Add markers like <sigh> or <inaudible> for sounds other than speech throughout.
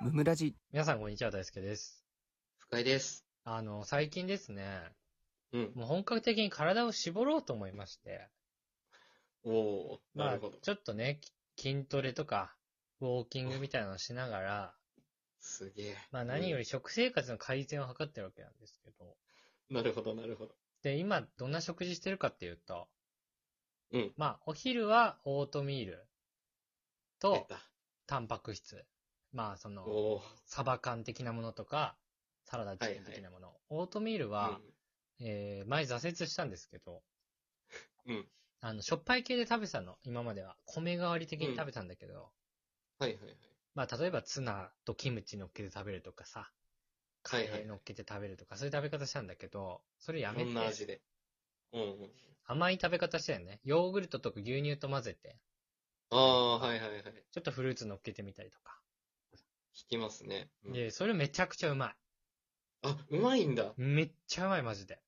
ムラジ。皆さん、こんにちは。大輔です。深井です。あの、最近ですね、うん。もう本格的に体を絞ろうと思いまして、おおーまなあるほど、。ちょっとね、き筋トレとか、ウォーキングみたいなのをしながら、すげえ。まあ何より。り食生活の改善を図ってるわけなんですけど、なるほど、なるほど。で、今、どんな食事してるかっていうと、うん。まあ、お昼はオートミール出と、た。タンパク質。まあ、そおの、おサバ缶的なものとか、サラダチキン的なもの。オートミールは、えー前挫折したんですけど、うん。うん。あの、しょっぱい系で食べてたの、今までは。米代わり的に食べたんだけど、はいはいはい。まあ、例えばツナとキムチ乗っけて食べるとかさ、カレはいはいー乗っけて食べるとか、そういう食べ方したんだけど、それやいめろんなて、味で。うんうん。甘い食べ方したよね。ヨーグルトとか牛乳と混ぜて、ああ、はいはいはい。ちょっとフルーツ乗っけてみたりとか。聞きますね。うんで、それめちゃくちゃうまあ、うまいんだ。 <laughs> い。めっちゃうまい、マジで。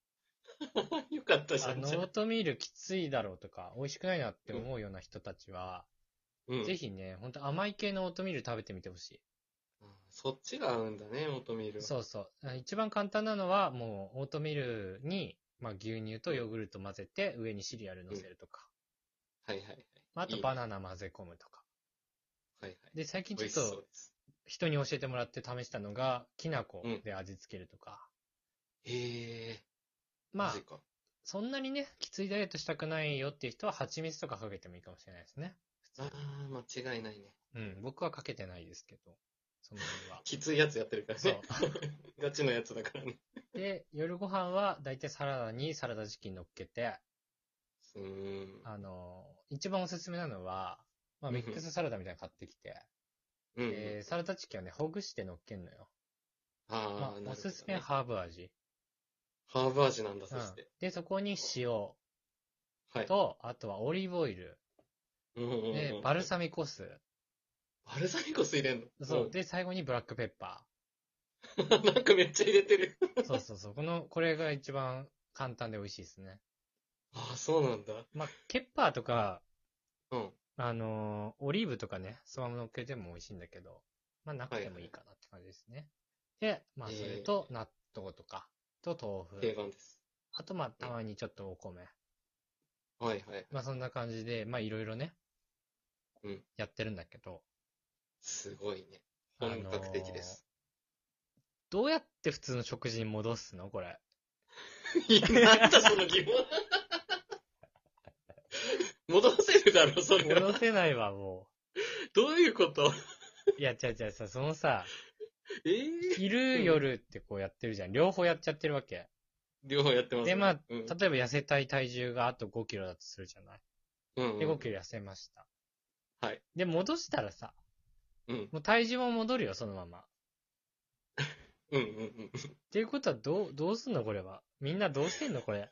よかったじゃあん。の、オじゃートミールきついだろうとか、美味しくないなって思うような人たちは、あうん、ぜひね、ほんと甘い系のオートミール食べてみてほしい。あーそっちが合うんだね、オートミールは。そうそう。あ一番簡単なのは、もう、オートミールに、まあ、牛乳とヨーグルト混ぜて、上にシリアル乗せるとか。はいはいはい。まあ、あと、いいねバナナ混ぜ込むとか。はいはい。で、最近ち美ょ味っしそと、うです。人に教えてもらって試したのが、きな粉うんで味付けるとか。へえ。まマあジ、かそんなにね、きついダイエットしたくないよっていう人は、蜂蜜とかかけてもいいかもしれないですね。ああ、間違いないね。。うん、僕はかけてないですけど、その辺は <laughs> きついやつやってるからね。そ <laughs> ガチのやつだからね。で、夜ご飯は、だいたいサラダにサラダチキン乗っけて、うーん。あの、一番おすすめなのは、まあ、うんうミんックスサラダみたいなの買ってきて、うんうん。えーサラダチキンをね、ほぐして乗っけんのよ。あまあ、なるほどねあ、おすすめはハーブ味。ハーブ味なんだ、うそんして。で、そこに塩はい。と、あとはオリーブオイル、うんうんうんで、バルサミコ酢、バルサミコ酢入れんのそう、で、最後にブラックペッパうん。 <laughs> なんかめっちゃ入れてる。ー。そうそうそう、この、これが一番簡単で美味しいですね。ああ、そうなんだ。まあ、ケッパーとか、うん。あのーオリーブとかね、そのまま乗っけても美味しいんだけど、まあ、なくてもいいかなって感じですね。で、まあ、それと、納豆とか、と豆腐。定番です。あと、まあ、たまにちょっとお米。はいはい。まあ、そんな感じで、まあ、いろいろね。うんやってるんだけど。すごいね。本格的です。どうやって普通の食事に戻すのこれ。いや <laughs> なんだその疑問。 <laughs> 戻せるだろ、それ戻は。せない <laughs> わ、もどういうことう。いや、違う違うさ、そのさ、ええう昼、ん夜ってこうやってるじゃん。両方やっちゃってるわけ。両方やってます、ね。で、まあ、うん、例えば痩せたい体重があと5キロだとするじゃない。うんうんで、5キロ痩せました。はい。で、戻したらさ、うん。もう体重も戻るよ、そのまま。っうんうんうん。ていうことは、どう、どうすんのこれは。みんなどうしてんのこ <laughs> れ。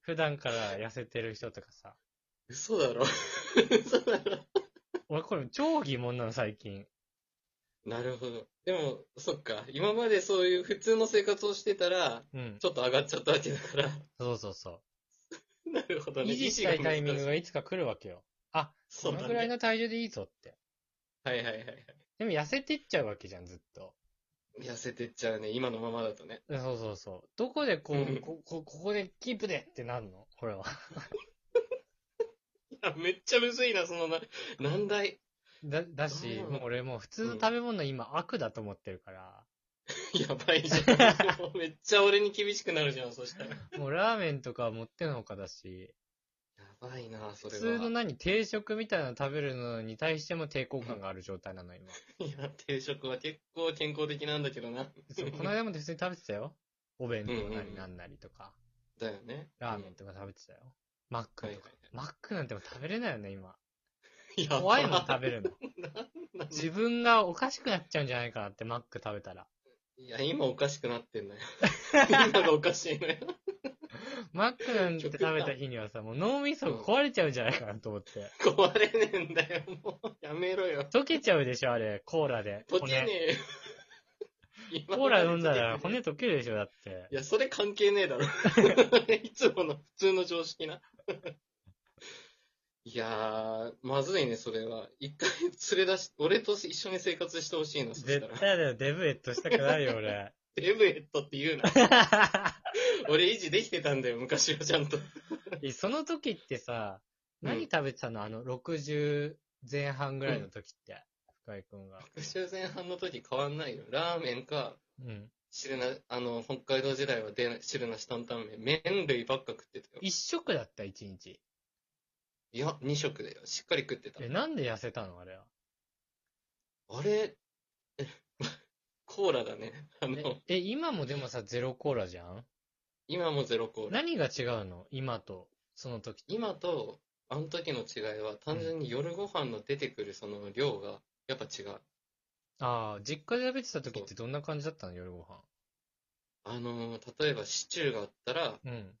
普段から痩せてる人とかさ。嘘だろ。 <laughs> 嘘だろ。俺これ超疑問なの最近。なるほど。でも、そっか。今までそういう普通の生活をしてたら、うん。ちょっと上がっちゃったわけだから。 <laughs> そうそうそなるほう。どね。維持したいタイミングが難しい。がいつか来るわけよ。あ、そこうのだくらいね。の体重でいいぞって。はいはいはいはい。でも痩せてっちゃうわけじゃん、ずっと。痩せてっちゃうね。今のままだとね。そうそうそう。どこでこうう、んこ、こ、ここでキープでってなんのこれは。 <laughs> いや、めっちゃむずいな、そのな、難題。だ、だし、うんもう俺もう普通の食べ物今悪だと思ってるから、 <laughs> やばい <laughs> じゃん。めっちゃ俺に厳しくなるじゃん、そしたら。やもうラーメンとかは持ってのほかだし、ばいな、そ普れは。通の何、定食みたいなの食べるのに対しても抵抗感がある状態な <laughs> の、今。いや、定食は結構健康的なんだけどな。そうこの間も普通に食べてたよ。お弁当なうんうりんなんなりとか、だよね。ラーメンとか食べてたよ。マックはいとはか。マックなんてもう食べれないよね、 <laughs> 今。いはい。怖いもんやば食べるの。なんだ自分がおかしくなっちゃうんじゃないかなって、マック食べたら。 <laughs> いや、今おかしくなって <laughs> んのよ。今がおかしいのよ。 <laughs> マックなんて食べた日にはさ、もう脳みそが壊れちゃうんじゃないかなと思って。壊れねえんだよ、もう。やめろよ。溶けちゃうでしょ、あれ、コーラで。溶けね骨。えよ。<laughs> 今コーラ飲んだらまで溶けねえ骨溶けるでしょ、だってい。や、それ <laughs> 関係ねえだろ。いつもの普通の常識な。い <laughs> いやー、まずいね、それは。一回連れ出し、俺と一緒に生活してほしいな、そした絶ら。対だよ、デブエットしたくないよ、 <laughs> 俺。デブエットって言うな。俺維持できてたんだよ、昔はちゃんと。えその時ってさ、何食べてたの、あの、60前半ぐらいの時って、深井くんが。週前半の時変わんないよ。ラーメンか、うん。汁な、あの、北海道時代はで汁なし担々麺。麺類ばっか食ってたよ。一食だった、一日。いや、2食だよ。しっかり食ってた。え、なんで痩せたのあれは。あれ、え <laughs> コーラだね。 <laughs> あの、え、え今もでもさ、ゼロコーラじゃん今もゼロコーラ。何が違うの今と、その時。今と、あの時の違いは、単純に夜ご飯の出てくるその量が、やっぱ違う。ああ、実家で食べてた時ってどんな感じだったの夜ご飯。あのー、例えばシチューがあったら、うん。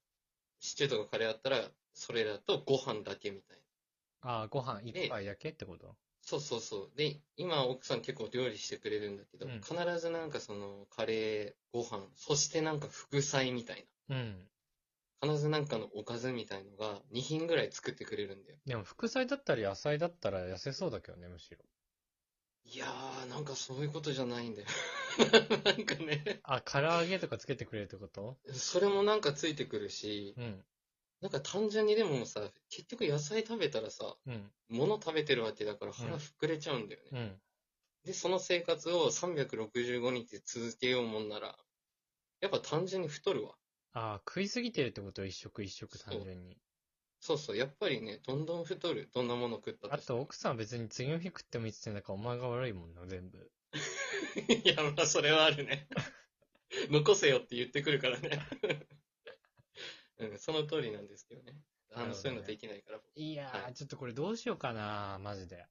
シチューとかカレーあったら、それだとご飯だけみたいな。ああ、ご飯一杯だけってことそうそうそう。で、今奥さん結構料理してくれるんだけど、うん必ずなんかその、カレー、ご飯、そしてなんか副菜みたいうん。な。必ずなんかのおかずみたいのが、2品ぐらい作ってくれるんだよ。でも、副菜だったり野菜だったら痩せそうだけどね、むしろ。いやー、なんかそういうことじゃないんだよ。 <laughs> なんかね、あ、唐揚げとかつけてくれるってことそれもなんかついてくるし、うん。なんか単純にでもさ、結局野菜食べたらさ、うん。物食べてるわけだから腹うん膨れちゃうんだよね。うん。で、その生活を365日続けようもんなら、やっぱ単純に太るわ。ああ、食いすぎてるってこと一食一食単純に。そうそう、やっぱりね、どんどん太る。どんなもの食ったあとしてもと、奥さんは別に次の日食ってもいいって言ってんだから、お前が悪いもんな、全部。 <laughs> いや、まあ、それはあるね。 <laughs> 残せよって言ってくるからね。 <laughs> うん、その通りなんですけどね。あなの、るほどねそういうのできないから。いやはー、ちょっとこれどうしようかな、マジで。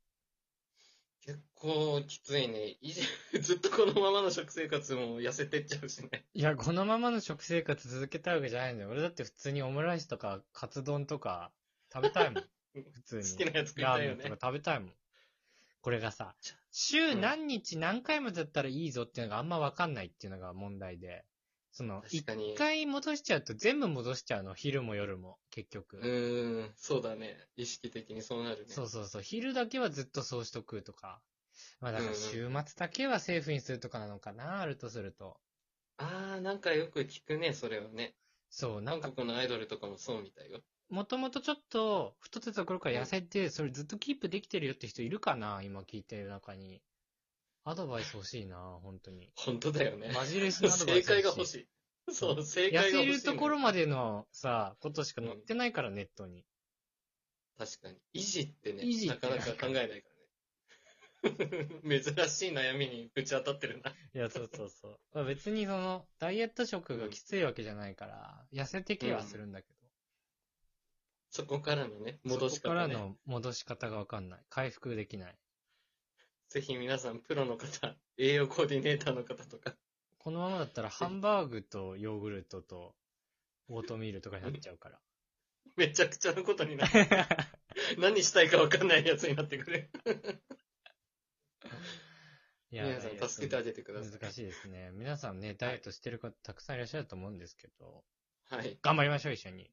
結構きついね。いじ <laughs> ずっとこのままの食生活も痩せてっちゃうしね。いや、このままの食生活続けたいわけじゃないんだよ。俺だって普通にオムライスとか、カツ丼とか、食べた <laughs> いもん。普好通きに。なやつ食いラたーいメよンとねか。食べたいもん。これがさちょ、週うん何日何回もだったらいいぞっていうのがあんまわかんないっていうのが問題で、その、確一かに。回戻しちゃうと全部戻しちゃうの、昼も夜も、結局。うーん、そうだね。意識的にそうなるね。そうそうそう。昼だけはずっとそうしとくとか。まあだかうらんうん週末だけはセーフにするとかなのかな、あるとすると。あー、なんかよく聞くね、それはね。そう、なん韓か、国のアイドルとかもそうみたいよ。もともとちょっと太ってた頃から痩せて、それずっとキープできてるよって人いるかな、今聞いてる中に。アドバイス欲しいな、本当に。本当だよね。マジレスのアドバ正イス解が欲い。しい。そう、正痩解がせ欲るしい。ところまでのさ、ことしか載ってないから、ネットに。確かに。維持ってね維持、なってかなか考えないからね。 <laughs> 珍しい悩みにぶち当たってるな。いや、そうそうそう。 <laughs> まあ別にその、ダイエット食がきついわけじゃないから、痩せてきはするんだけど。そこからのね、戻しそこから方ね。の戻し方がわかんない。回復できない。ぜひ皆さん、プロの方、栄養コーディネーターの方とか。このままだったらハンバーグとヨーグルトとオートミールとかになっちゃうから。めちゃくちゃなことにな <laughs> る。何したいか分かんないやつになってくる。いダイ皆さエッん、ト助けてあげてください。難しいですね。皆さんね、ダイエットしてる方たくさんいらっしゃると思うんですけど、はい。頑張りましょう、一緒に。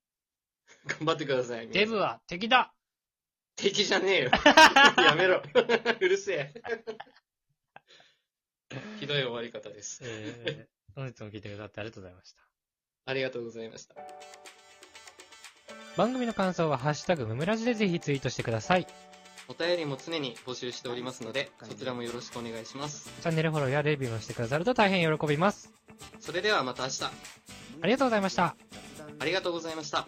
頑張ってください。皆さデんブは敵だ敵じゃねえ <laughs> よ。やめろ。うるせえ。 <laughs> ひどい終わり方です。えー、本日も聞いてくださってありがとうございました。ありがとうございました。番組の感想は、ハッシュタグムムラジでぜひツイートしてください。お便りも常に募集しておりますので、そちらもよろしくお願いします。チャンネルフォローやレビューもしてくださると大変喜びます。それではまた明日、ありがとうございました。ありがとうございました。